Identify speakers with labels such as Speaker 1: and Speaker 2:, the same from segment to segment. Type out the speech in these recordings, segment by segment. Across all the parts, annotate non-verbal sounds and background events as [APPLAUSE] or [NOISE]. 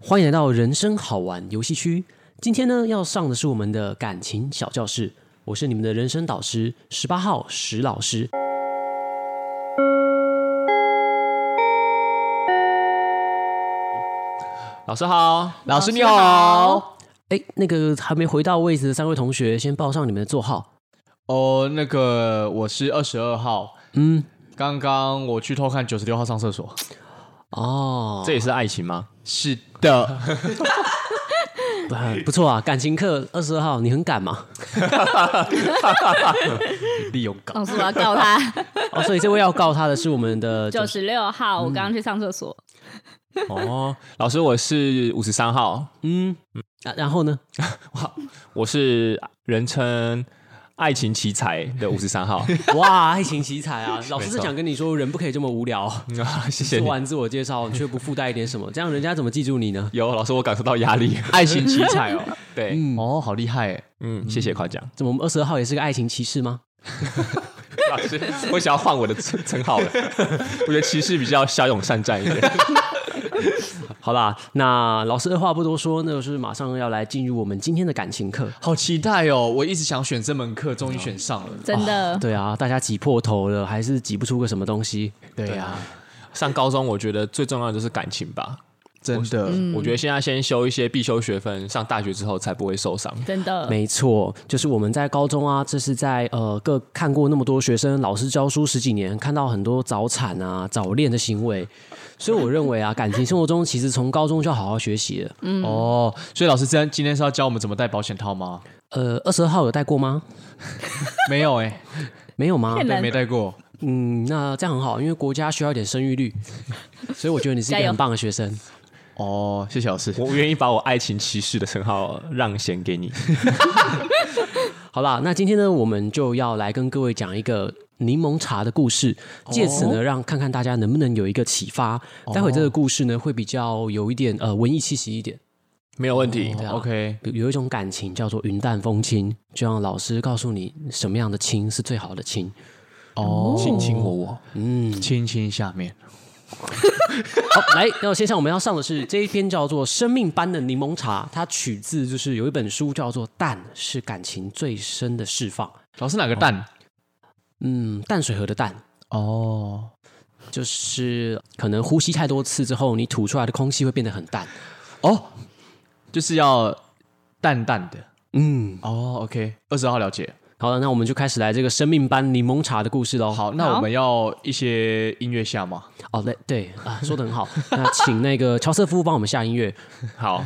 Speaker 1: 欢迎来到人生好玩游戏区。今天呢，要上的是我们的感情小教室，我是你们的人生导师十八号石老师。
Speaker 2: 老师好，
Speaker 3: 老师你好。
Speaker 1: 哎，那个还没回到位置的三位同学，先报上你们的座号。
Speaker 2: 哦，那个我是二十二号，
Speaker 1: 嗯，
Speaker 2: 刚刚我去偷看九十六号上厕所，
Speaker 1: 哦，
Speaker 2: 这也是爱情吗？
Speaker 3: 是的，
Speaker 1: 不不错啊，感情课二十二号，你很敢嘛？
Speaker 2: 利用感
Speaker 4: [LAUGHS] 老师，我要告他
Speaker 1: [LAUGHS] 哦，所以这位要告他的是我们
Speaker 4: [LAUGHS]
Speaker 1: 的
Speaker 4: 九十六号，
Speaker 1: 嗯
Speaker 4: 我刚刚去上厕所，
Speaker 2: 哦。老师，我是五十三号，
Speaker 1: 嗯、啊，然后呢？
Speaker 2: 我是人称爱情奇才的五十三号。
Speaker 1: 哇，爱情奇才啊！老师
Speaker 2: 没
Speaker 1: 是
Speaker 2: 错
Speaker 1: 想跟你说，人不可以这么无聊。
Speaker 2: 啊 [LAUGHS] 谢谢
Speaker 1: 做
Speaker 2: 你。
Speaker 1: 完自我介绍，你却不附带一点什么，这样人家怎么记住你呢？
Speaker 2: 有老师，我感受到压力。
Speaker 3: 爱情奇才哦，
Speaker 2: [LAUGHS] 对，
Speaker 1: 嗯，
Speaker 3: 哦，好厉害哎！
Speaker 2: 嗯，谢谢夸奖。
Speaker 1: 怎么我们二十二号也是个爱情骑士吗？
Speaker 2: 老师，我想要换我的称称 [LAUGHS] 号了。我觉得骑士比较骁勇善战一点。
Speaker 1: 好啦，那老师二话不多说，那就是马上要来进入我们今天的感情课。
Speaker 3: 好期待哦！我一直想选这门课，终于
Speaker 2: 嗯
Speaker 3: 选上了。
Speaker 4: 真的。
Speaker 1: 对啊，大家挤破头了，还是挤不出个什么东西。
Speaker 3: 对啊呀、
Speaker 2: 上高中，我觉得最重要的就是感情吧。
Speaker 3: 真的，
Speaker 2: 我觉得现在先修一些必修学分，上大学之后才不会受伤。
Speaker 4: 真的，
Speaker 1: 没错，就是我们在高中啊，这是在呃各看过那么多学生，老师教书十几年，看到很多早产啊、早恋的行为，所以我认为啊，感情生活中其实从高中就要好好学习了。
Speaker 3: 哦，所以老师今天今天是要教我们怎么戴保险套吗？
Speaker 1: 呃，二十二号有带过吗？
Speaker 3: 没有 [LAUGHS] 哎、
Speaker 1: 啊没有吗？
Speaker 4: 骗人
Speaker 3: 对，没戴过。
Speaker 1: 嗯，那这样很好，因为国家需要一点生育率，所以我觉得你是一
Speaker 4: 加
Speaker 1: 个
Speaker 4: 油
Speaker 1: 很棒的学生。
Speaker 3: 哦，谢谢老师。
Speaker 2: 我愿意把我爱情骑士的称号让贤给你。
Speaker 1: 好啦，那今天呢，我们就要来跟各位讲一个柠檬茶的故事，借此呢，让看看大家能不能有一个启发。待会这个故事呢，会比较有一点呃文艺气息一点，
Speaker 2: 没有问题。
Speaker 3: 哦
Speaker 1: 对啊
Speaker 3: OK，
Speaker 1: 有有一种感情叫做云淡风轻，就让老师告诉你什么样的亲是最好的亲。
Speaker 3: 哦，亲亲我我，
Speaker 1: 嗯，
Speaker 3: 亲亲下面。
Speaker 1: 好，来，那现在我们要上的是这一篇叫做《生命般的柠檬茶》，它取自就是有一本书叫做《淡是感情最深的释放》，
Speaker 3: 老师哪个蛋？
Speaker 1: 嗯，淡水河的淡。
Speaker 3: 哦，
Speaker 1: 就是可能呼吸太多次之后，你吐出来的空气会变得很淡。
Speaker 3: 哦，就是要淡淡的。
Speaker 1: 嗯，
Speaker 3: 哦，OK，二十号了解。
Speaker 1: 好了，那我们就开始来这个生命般柠檬茶的故事喽。
Speaker 3: 好，那我们要一些音乐下吗？
Speaker 1: 哦，对对啊，说的很好。那请那个乔瑟夫帮我们下音乐。
Speaker 2: 好，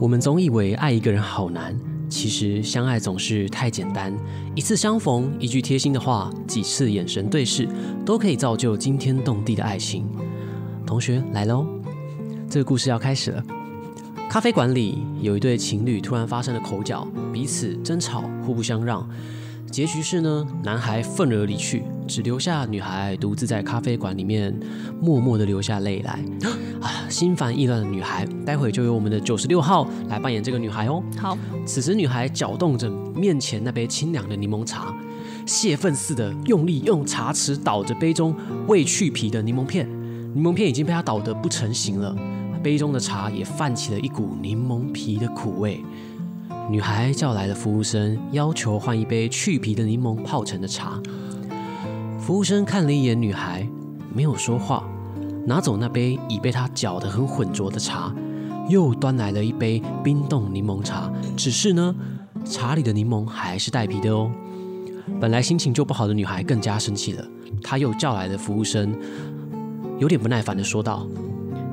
Speaker 1: 我们总以为爱一个人好难，其实相爱总是太简单。一次相逢，一句贴心的话，几次眼神对视，都可以造就惊天动地的爱情。同学来喽，这个故事要开始了。咖啡馆里有一对情侣突然发生了口角，彼此争吵，互不相让。结局是呢，男孩愤而离去，只留下女孩独自在咖啡馆里面默默的流下泪来。啊，心烦意乱的女孩，待会就由我们的九十六号来扮演这个女孩哦。
Speaker 4: 好，
Speaker 1: 此时，女孩搅动着面前那杯清凉的柠檬茶，泄愤似的用力用茶匙倒着杯中未去皮的柠檬片，柠檬片已经被她倒得不成形了，杯中的茶也泛起了一股柠檬皮的苦味。女孩叫来了服务生，要求换一杯去皮的柠檬泡成的茶。服务生看了一眼女孩，没有说话，拿走那杯已被她搅得很浑浊的茶，又端来了一杯冰冻柠檬茶，只是呢，茶里的柠檬还是带皮的哦。本来心情就不好的女孩更加生气了，她又叫来了服务生，有点不耐烦的说道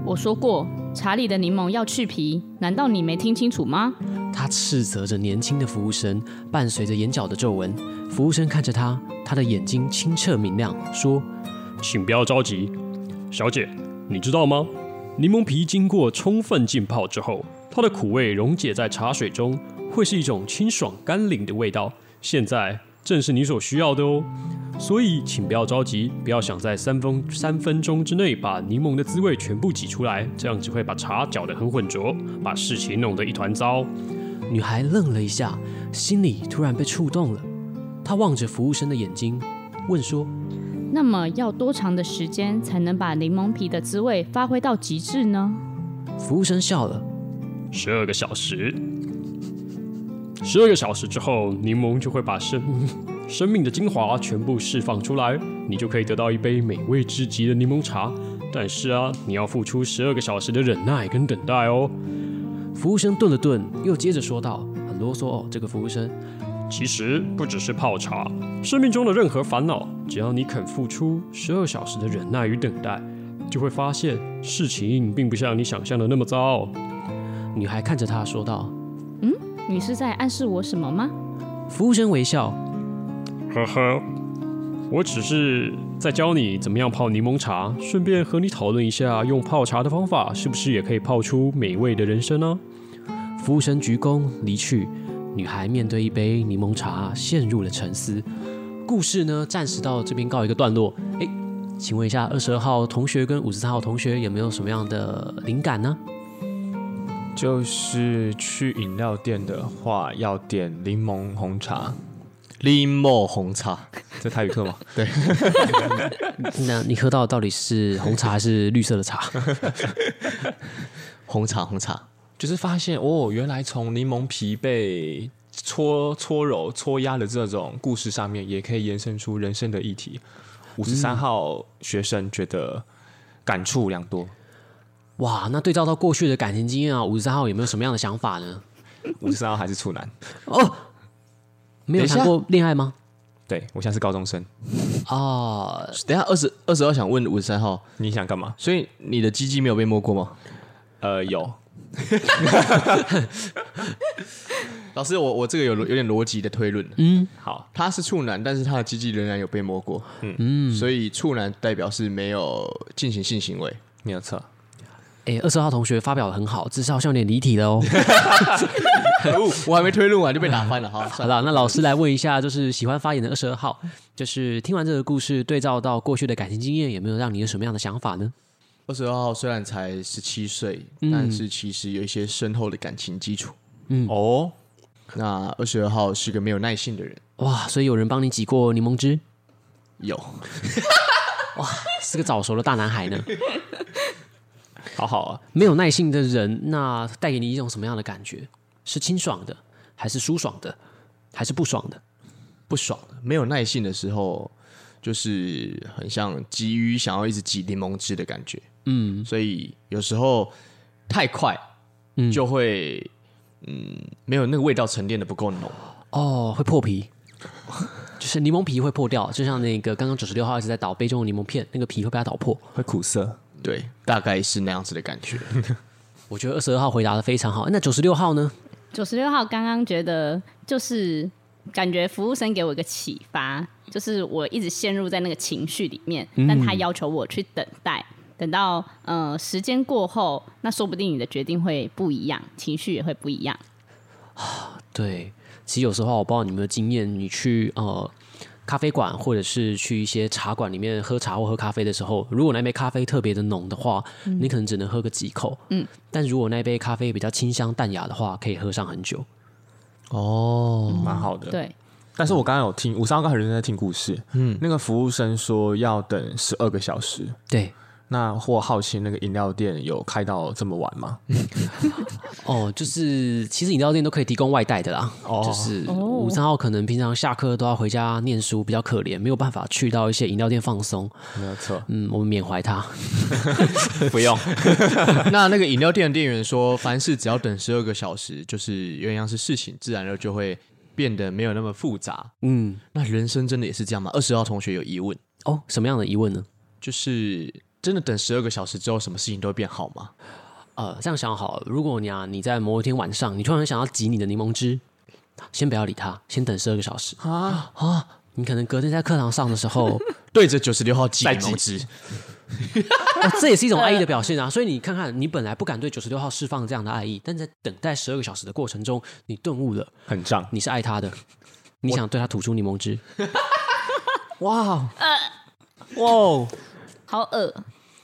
Speaker 4: 我说过，茶里的柠檬要去皮，难道你没听清楚吗？：“
Speaker 1: 她斥责着年轻的服务生，伴随着眼角的皱纹。”服务生看着她，她的眼睛清澈明亮，说
Speaker 5: 请不要着急，小姐，你知道吗？柠檬皮经过充分浸泡之后，它的苦味溶解在茶水中，会是一种清爽甘霖的味道。现在正是你所需要的哦。所以，请不要着急，不要想在三分三分钟之内把柠檬的滋味全部挤出来，这样只会把茶搅得很浑浊，把事情弄得一团糟。：“
Speaker 1: 女孩愣了一下，心里突然被触动了。她望着服务生的眼睛，问说
Speaker 4: 那么要多长的时间才能把柠檬皮的滋味发挥到极致呢？
Speaker 1: 服务生笑了，
Speaker 5: 十二个小时。十二个小时之后，柠檬就会把生 [LAUGHS] 生命的精华全部释放出来，你就可以得到一杯美味至极的柠檬茶。但是啊，你要付出十二个小时的忍耐跟等待哦。
Speaker 1: 服务生顿了顿，又接着说道：“很啰嗦哦，这个服务生。
Speaker 5: 其实不只是泡茶，生命中的任何烦恼，只要你肯付出十二小时的忍耐与等待，就会发现事情并不像你想象的那么糟。”
Speaker 1: 女孩看着他说道。
Speaker 4: 你是在暗示我什么吗？
Speaker 1: 服务生微笑，
Speaker 5: 呵呵，我只是在教你怎么样泡柠檬茶，顺便和你讨论一下用泡茶的方法是不是也可以泡出美味的人生呢、
Speaker 1: 服务生鞠躬离去。女孩面对一杯柠檬茶，陷入了沉思。故事呢，暂时到这边告一个段落。诶，请问一下，二十二号同学跟五十三号同学有没有什么样的灵感呢？
Speaker 2: 就是去饮料店的话，要点柠檬红茶。
Speaker 3: 柠檬红茶，
Speaker 2: 这台语课吗？
Speaker 1: 那你喝到的到底是红茶还是绿色的茶？
Speaker 3: 红茶，红茶，
Speaker 2: 就是发现哦，原来从柠檬皮被搓搓揉、搓压的这种故事上面，也可以延伸出人生的议题。五十三号学生觉得感触良 [LAUGHS] 多。
Speaker 1: 哇，那对照到过去的感情经验啊，五十三号有没有什么样的想法呢？
Speaker 2: 五十三号还是处男，
Speaker 1: 没有谈过恋爱吗？
Speaker 2: 对我现在是高中生，
Speaker 1: 哦，
Speaker 3: 等一下二十二十二想问五十三号，
Speaker 2: 你想干嘛？
Speaker 3: 所以你的鸡鸡没有被摸过吗？
Speaker 2: 呃，有，
Speaker 3: 老师，我我这个有有点逻辑的推论，嗯，好，他是处男，但是他的鸡鸡仍然有被摸过，嗯，所以处男代表是没有进行性行为，
Speaker 2: 没有错。
Speaker 1: 哎，二十号同学发表的很好，只是好像有点离题了哦。
Speaker 3: 我还没推论完就被打翻了，好，
Speaker 1: 好
Speaker 3: 算了，
Speaker 1: 了，那老师来问一下，就是喜欢发言的二十二号，就是听完这个故事，对照到过去的感情经验，有没有让你有什么样的想法呢？
Speaker 3: 二十二号虽然才十七岁，但是其实有一些深厚的感情基础。
Speaker 2: 哦，
Speaker 3: 那二十二号是个没有耐性的人，
Speaker 1: 哇，所以有人帮你挤过柠檬汁，
Speaker 3: 有
Speaker 1: 是个早熟的大男孩呢，
Speaker 2: 好好啊，
Speaker 1: 没有耐性的人，那带给你一种什么样的感觉？是清爽的，还是舒爽的，还是不爽的？
Speaker 3: 不爽的，没有耐性的时候，就是很像急于想要一直挤柠檬汁的感觉。嗯，所以有时候太快，就会嗯没有那个味道沉淀的不够浓。
Speaker 1: 哦，会破皮，就是柠檬皮会破掉，就像那个刚刚九十六号一直在倒杯中的柠檬片，那个皮会被它捣破。
Speaker 2: 会苦涩。
Speaker 3: 对，大概是那样子的感觉。
Speaker 1: 我觉得二十二号回答的非常好，那九十六号呢？
Speaker 4: 九十六号刚刚觉得就是感觉服务生给我一个启发，就是我一直陷入在那个情绪里面，但他要求我去等待，等到呃时间过后，那说不定你的决定会不一样，情绪也会不一样。
Speaker 1: 对，其实有时候我不知道你们的经验，你去呃咖啡馆或者是去一些茶馆里面喝茶或喝咖啡的时候，如果那杯咖啡特别的浓的话，
Speaker 2: 嗯
Speaker 1: 你可能只能喝个几口。嗯，但如果那杯咖啡比较清香淡雅的话，可以喝上很久。
Speaker 2: 蛮好的。
Speaker 4: 对，
Speaker 2: 但是我刚刚有听，五三号刚才认真在听故事，嗯，那个服务生说要等十二个小时。
Speaker 1: 对，
Speaker 2: 那我好奇，那个饮料店有开到这么晚 [LAUGHS] 吗？
Speaker 1: 哦，就是其实饮料店都可以提供外带的啦。
Speaker 2: 哦
Speaker 1: 就是五三号可能平常下课都要回家念书，比较可怜，没有办法去到一些饮料店放松。
Speaker 2: 没有错，
Speaker 1: 嗯，我们缅怀他。
Speaker 2: 不用。
Speaker 3: 那那个饮料店的店员说，凡事只要等十二个小时，就是有点像是事情自然而然就会变得没有那么复杂。
Speaker 1: 嗯，
Speaker 3: 那人生真的也是这样吗？二十号同学有疑问，
Speaker 1: 哦，什么样的疑问呢？
Speaker 3: 就是真的等十二个小时之后，什么事情都会变好吗？
Speaker 1: 呃，这样想好了，如果你啊，你在某一天晚上，你突然想要挤你的柠檬汁，先不要理它，先等十二个小时啊啊！你可能隔天在课堂上的时候，
Speaker 3: 对着九十六号挤
Speaker 2: 再
Speaker 3: 柠
Speaker 2: 挤
Speaker 3: 檬汁，
Speaker 1: 哦，这也是一种爱意的表现啊。所以你看看，你本来不敢对九十六号释放这样的爱意，但在等待十二个小时的过程中，你顿悟了，
Speaker 2: 很胀，
Speaker 1: 你是爱他的，你想对他吐出柠檬汁。
Speaker 4: 好恶，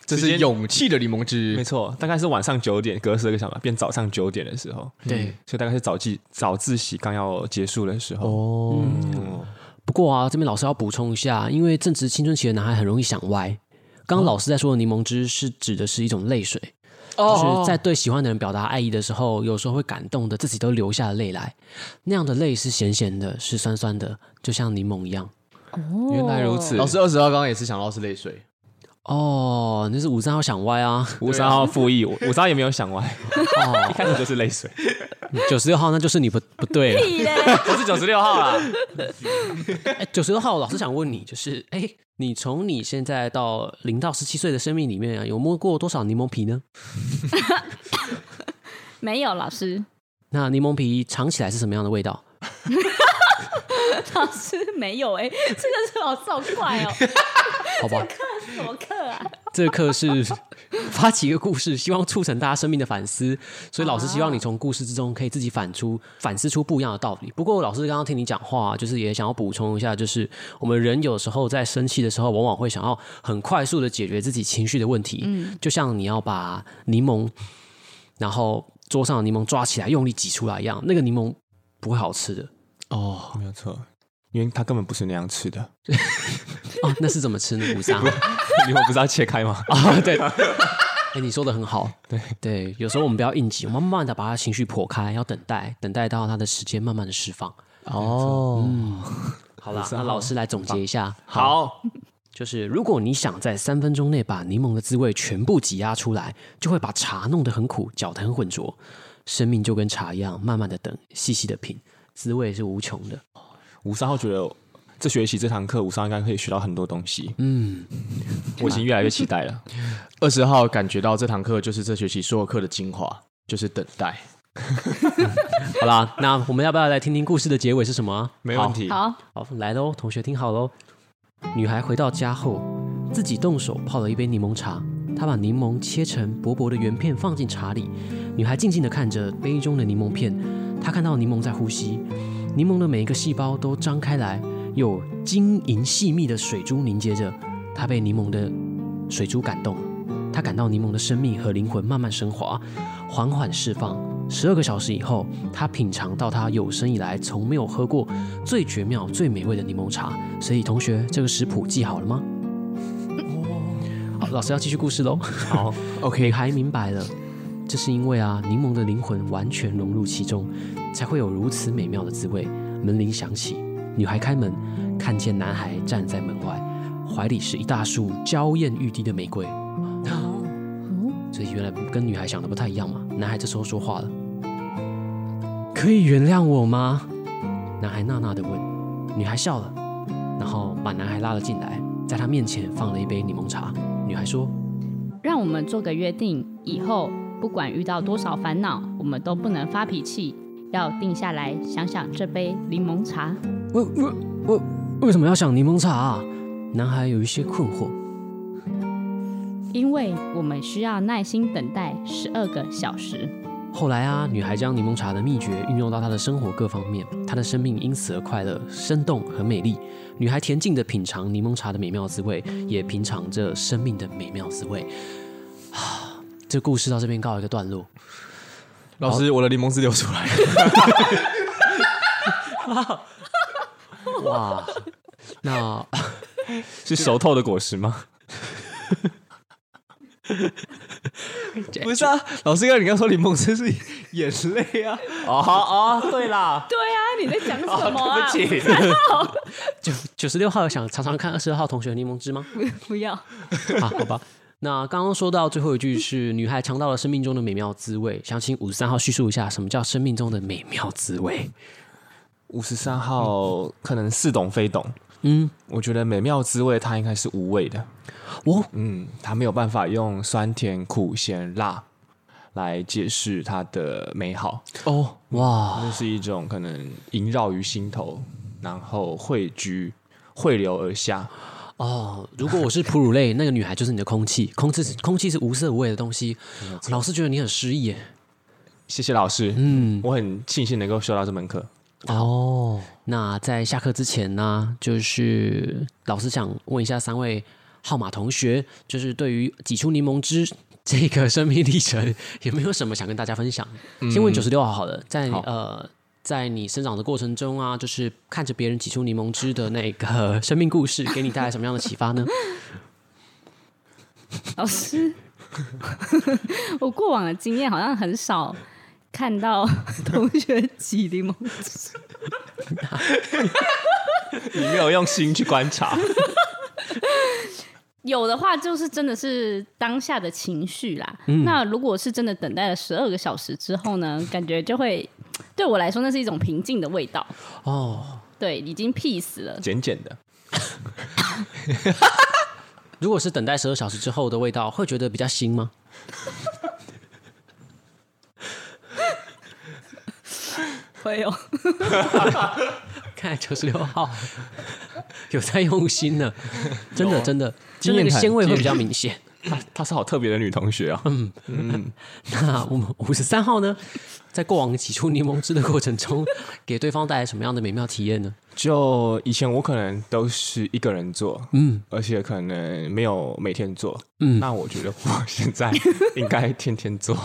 Speaker 3: 这
Speaker 2: 直
Speaker 3: 是
Speaker 2: 接
Speaker 3: 勇气的柠檬
Speaker 2: 没
Speaker 3: 汁。
Speaker 2: 错，大概是晚上九点，隔十二个小时变早上九点的时候，
Speaker 1: 对，
Speaker 2: 哦所以大概是早记早自习刚要结束的时候。
Speaker 1: 不过啊，这边老师要补充一下，因为正值青春期的男孩很容易想歪。刚刚老师在说的柠檬汁是指的是一种泪水，就是在对喜欢的人表达爱意的时候，有时候会感动的自己都流下了泪来。那样的泪是咸咸的，是酸酸的，就像柠檬一样。
Speaker 2: 原来如此。
Speaker 3: 老师二十号刚刚也是想到是泪水，
Speaker 1: 哦，那是五三号想歪啊。
Speaker 2: 五三号复议，我五三也没有想歪， [LAUGHS] 一开始就是泪水。
Speaker 1: [LAUGHS] 九十六号那就是你不不对 [LAUGHS] 了。
Speaker 4: 屁嘞！
Speaker 2: 我哦是九十六号啊啦，
Speaker 1: 哎九十六号，老师想问你，就是哎、你从你现在到零到十七岁的生命里面啊，有摸过多少柠檬皮呢？
Speaker 4: 没有老师，
Speaker 1: 那柠檬皮尝起来是什么样的味道？
Speaker 4: 老师没有哎、这个是老师好怪哦、
Speaker 1: 好吧，
Speaker 4: 什么课啊？
Speaker 1: 这课是发起一个故事，希望促成大家生命的反思。所以老师希望你从故事之中可以自己反出反思出不一样的道理。不过老师刚刚听你讲话，啊就是也想要补充一下，就是我们人有时候在生气的时候，往往会想要很快速的解决自己情绪的问题。嗯，就像你要把柠檬，然后桌上的柠檬抓起来，用力挤出来一样，那个柠檬不会好吃的
Speaker 2: 哦，没有错，因为他根本不是那样吃的。 [LAUGHS]
Speaker 1: 啊。那是怎么吃呢？五三号。
Speaker 2: 柠檬不是要切开吗？
Speaker 1: 啊，对。哎、你说的很好，对对，有时候我们不要应急，我们慢慢的把他情绪剖开，要等待，等待到他的时间慢慢的释放。
Speaker 3: 哦，
Speaker 2: 嗯
Speaker 1: 好啦，那老师来总结一下，
Speaker 3: 啊好，
Speaker 1: 就是如果你想在三分钟内把柠檬的滋味全部挤压出来，就会把茶弄得很苦，搅得很浑浊。生命就跟茶一样，慢慢的等，细细的品，滋味是无穷的。
Speaker 2: [LAUGHS] 五三号觉得这学期这堂课，五三号应该可以学到很多东西。嗯，我已经越来越期待了。
Speaker 3: 二十号感觉到这堂课就是这学期所有课的精华，就是等待。
Speaker 1: 好啦，那我们要不要来听听故事的结尾是什么啊、
Speaker 2: 没问题。
Speaker 4: 好，
Speaker 1: 好，来喽，同学听好喽。女孩回到家后，自己动手泡了一杯柠檬茶。她把柠檬切成薄薄的圆片放进茶里。女孩静静地看着杯中的柠檬片，她看到柠檬在呼吸，柠檬的每一个细胞都张开来，有晶莹细密的水珠凝结着。她被柠檬的水珠感动了，她感到柠檬的生命和灵魂慢慢升华，缓缓释放。十二个小时以后，她品尝到她有生以来从没有喝过最绝妙、最美味的柠檬茶。所以，同学，这个食谱记好了吗？好，老师要继续故事喽。好，OK，还明白了，这是因为啊，柠檬的灵魂完全融入其中，才会有如此美妙的滋味。门铃响起，女孩开门，看见男孩站在门外，怀里是一大束娇艳欲滴的玫瑰。所以原来跟女孩想的不太一样嘛。男孩这时候说话了：“可以原谅我吗？”男孩娜娜的问，女孩笑了，然后把男孩拉了进来，在他面前放了一杯柠檬茶。女孩说
Speaker 4: 让我们做个约定，以后不管遇到多少烦恼，我们都不能发脾气，要定下来想想这杯柠檬茶。：“
Speaker 1: 为为为为什么要想柠檬茶、啊？”男孩有一些困惑。
Speaker 4: 因为我们需要耐心等待十二个小时。
Speaker 1: 后来啊，女孩将柠檬茶的秘诀运用到她的生活各方面，她的生命因此而快乐、生动和美丽。女孩恬静地品尝柠檬茶的美妙滋味，也品尝着生命的美妙滋味。 [SIGHS] 啊，这故事到这边告一个段落。
Speaker 2: 老师，我的柠檬汁流出来了。
Speaker 1: 哇，那 [LAUGHS]
Speaker 2: 是熟透的果实吗？
Speaker 3: 不是啊，老师刚才你刚说柠檬汁是眼泪啊，
Speaker 2: 哦哦，对啦，
Speaker 4: 对啊，你在讲什么
Speaker 2: [LAUGHS]
Speaker 4: 啊？
Speaker 2: 哦对不起，
Speaker 1: 九九十六号有想尝尝看二十二号同学的柠檬汁吗？
Speaker 4: 不要，
Speaker 1: [LAUGHS] 啊，好吧。那刚刚说到最后一句是女孩尝到了生命中的美妙滋味，想请五十三号叙述一下什么叫生命中的美妙滋味。
Speaker 2: 五十三号可能似懂非懂。
Speaker 1: 嗯，
Speaker 2: 我觉得美妙滋味它应该是无味的。
Speaker 1: 哦，
Speaker 2: 嗯，它没有办法用酸甜苦咸辣来解释它的美好。
Speaker 1: 哦，哇，
Speaker 2: 这是一种可能萦绕于心头，然后汇聚、汇流而下。
Speaker 1: 哦，如果我是哺乳类，那个女孩就是你的空气，空气是空气是无色无味的东西。老师觉得你很失意耶。
Speaker 2: 谢谢老师，嗯，我很庆幸能够修到这门课。
Speaker 1: 哦，那在下课之前呢，就是老师想问一下三位号码同学，就是对于挤出柠檬汁这嗯个生命历程，有没有什么想跟大家分享？先问九十六号好了，在
Speaker 2: 好
Speaker 1: 呃在你生长的过程中啊，就是看着别人挤出柠檬汁的那个生命故事，给你带来什么样的启发呢？
Speaker 4: 老师， [LAUGHS] 我过往的经验好像很少看到同学挤柠檬汁，
Speaker 2: 你没有用心去观察，
Speaker 4: 有的话就是真的是当下的情绪啦。
Speaker 1: 嗯
Speaker 4: 那如果是真的等待了十二个小时之后呢，感觉就会对我来说那是一种平静的味道，
Speaker 1: 哦，
Speaker 4: 对，已经 peace 了。
Speaker 2: 简简的。
Speaker 1: 如果是等待十二小时之后的味道，会觉得比较腥吗？
Speaker 4: [LAUGHS] 会哦，
Speaker 1: [LAUGHS] 看来九十六号 [LAUGHS] 有在用心呢，真的啊真的，就
Speaker 2: 经
Speaker 1: 那
Speaker 2: 验
Speaker 1: 个
Speaker 2: 谈
Speaker 1: 鲜味会比较明显。
Speaker 2: 她她是好特别的女同学啊，
Speaker 3: 嗯
Speaker 1: [LAUGHS] 那我们五十三号呢，在过往挤出柠檬汁的过程中，给对方带来什么样的美妙体验呢？
Speaker 2: 就以前我可能都是一个人做，嗯，而且可能没有每天做，嗯，那我觉得我现在应该天天
Speaker 3: [LAUGHS]
Speaker 2: 做。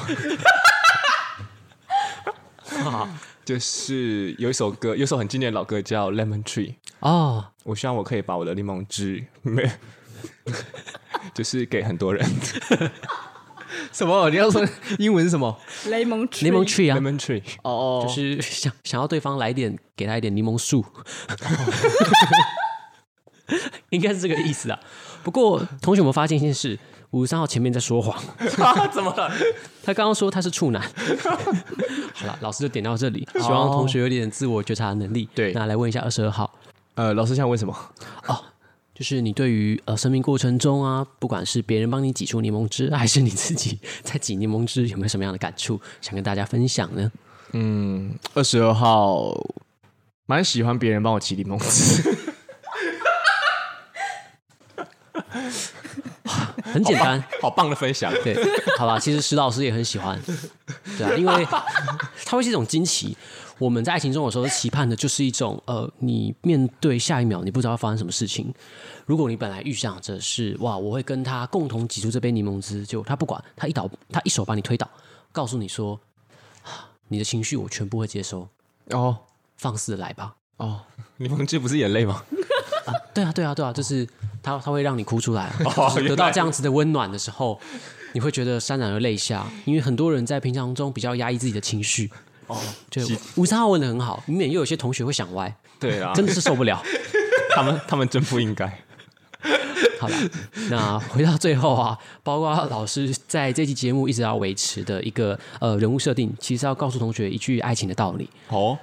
Speaker 2: 就是有一首歌，有一首很经典的老歌叫《Lemon Tree》，
Speaker 1: 哦，
Speaker 2: 我希望我可以把我的柠檬汁，没 [LAUGHS] 有，就是给很多人。
Speaker 3: [LAUGHS] 什么？你要说英文是什么？
Speaker 4: 雷蒙
Speaker 1: 柠檬 tree 啊，
Speaker 2: Lemon Tree，
Speaker 3: 哦
Speaker 1: 就
Speaker 3: 哦，
Speaker 1: 是想 [LAUGHS] 想要对方来点，给他一点柠檬
Speaker 3: [LAUGHS]
Speaker 1: 树，应该是这个意思啊。不过，同学，我们发现一件事：五十三号前面在说
Speaker 3: [LAUGHS]
Speaker 1: 谎，
Speaker 3: 啊怎么了？
Speaker 1: 他刚刚说他是处
Speaker 3: [LAUGHS]
Speaker 1: 男。好了，老师就点到这里，希望同学有点自我觉察能力。
Speaker 3: 哦对
Speaker 1: 那来问一下二十二号，哦
Speaker 3: 呃，老师想问什么？
Speaker 1: 就是你对于呃生命过程中啊，不管是别人帮你挤出柠檬汁，还是你自己在挤柠檬汁，有没有什么样的感触想跟大家分享呢？
Speaker 3: 二十二号，蛮喜欢别人帮我骑柠檬汁，
Speaker 2: [LAUGHS]
Speaker 1: 很简单，
Speaker 2: 好棒的分享。
Speaker 1: 对，好吧，其实石老师也很喜欢，对啊，因为它会是一种惊奇。我们在爱情中有时候期盼的就是一种，呃，你面对下一秒你不知道发生什么事情。如果你本来预想着是哇，我会跟他共同挤出这杯柠檬汁，就他不管，他一倒，他一手把你推倒，告诉你说， [SIGHS] 啊你的情绪我全部会接收，
Speaker 3: 哦
Speaker 1: 放肆地来吧。
Speaker 3: 哦，
Speaker 2: 柠檬汁不是眼泪吗？
Speaker 1: 对啊，对啊，对啊，就是他他会让你哭出哦来，就是得到这样子的温暖的时候，你会觉得潸然而泪下，因为很多人在平常中比较压抑自己的情绪。哦， [LAUGHS] 就吴三号问的很好，以免又有些同学会想歪，
Speaker 2: 对啊，
Speaker 1: 真的是受不了。
Speaker 2: 他们他们真不应该。
Speaker 1: 好了，那回到最后啊，包括老师在这期节目一直要维持的一个呃人物设定，其实要告诉同学一句爱情的道理：
Speaker 2: 哦，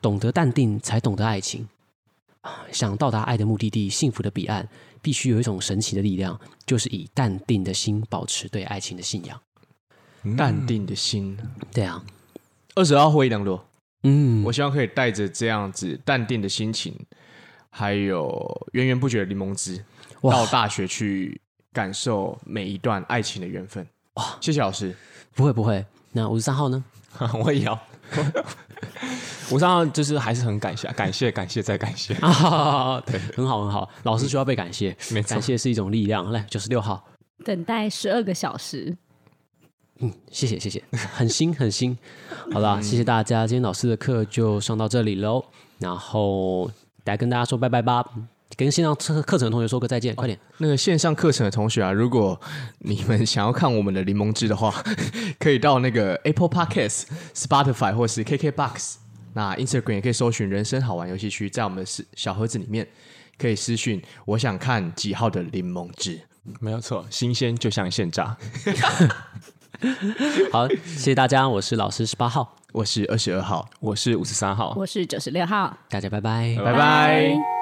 Speaker 1: 懂得淡定，才懂得爱情。啊想到达爱的目的地，幸福的彼岸，必须有一种神奇的力量，就是以淡定的心保持对爱情的信仰。
Speaker 2: 嗯
Speaker 3: 淡定的心。
Speaker 1: 对啊，
Speaker 3: 二十二号会良多，
Speaker 1: 嗯，
Speaker 3: 我希望可以带着这样子淡定的心情，还有源源不绝的柠檬汁，
Speaker 1: 哇
Speaker 3: 到大学去感受每一段爱情的缘分。哇，谢谢老师。
Speaker 1: 不会不会。那五十三号呢？
Speaker 2: [LAUGHS]
Speaker 1: [LAUGHS]
Speaker 2: 我也要。 [LAUGHS] 我上号就是还是很感谢，感谢，感谢再感谢。
Speaker 1: 啊，对，很好很好，老师需要被感谢，
Speaker 2: 没错
Speaker 1: 感谢是一种力量。来，九十六号，
Speaker 4: 等待十二个小时，
Speaker 1: 谢谢谢谢，很新很新。好啦，谢谢大家，今天老师的课就上到这里喽。然后来跟大家说拜拜吧，跟线上课课程的同学说个再见，快点。
Speaker 3: 那个线上课程的同学啊，如果你们想要看我们的柠檬汁的话， [LAUGHS] 可以到那个 Apple Podcast、Spotify 或是 KKBox。那 Instagram 也可以搜寻“人生好玩游戏区”，在我们的私小盒子里面可以私讯我想看几号的柠檬汁。
Speaker 2: 没有错，新鲜就像现榨。
Speaker 1: 好，谢谢大家，我是老师十八号，
Speaker 3: 我是二十二号，
Speaker 2: 我是五十三号，
Speaker 4: 我是九十六号，
Speaker 1: 大家拜拜。
Speaker 2: 拜
Speaker 4: 拜。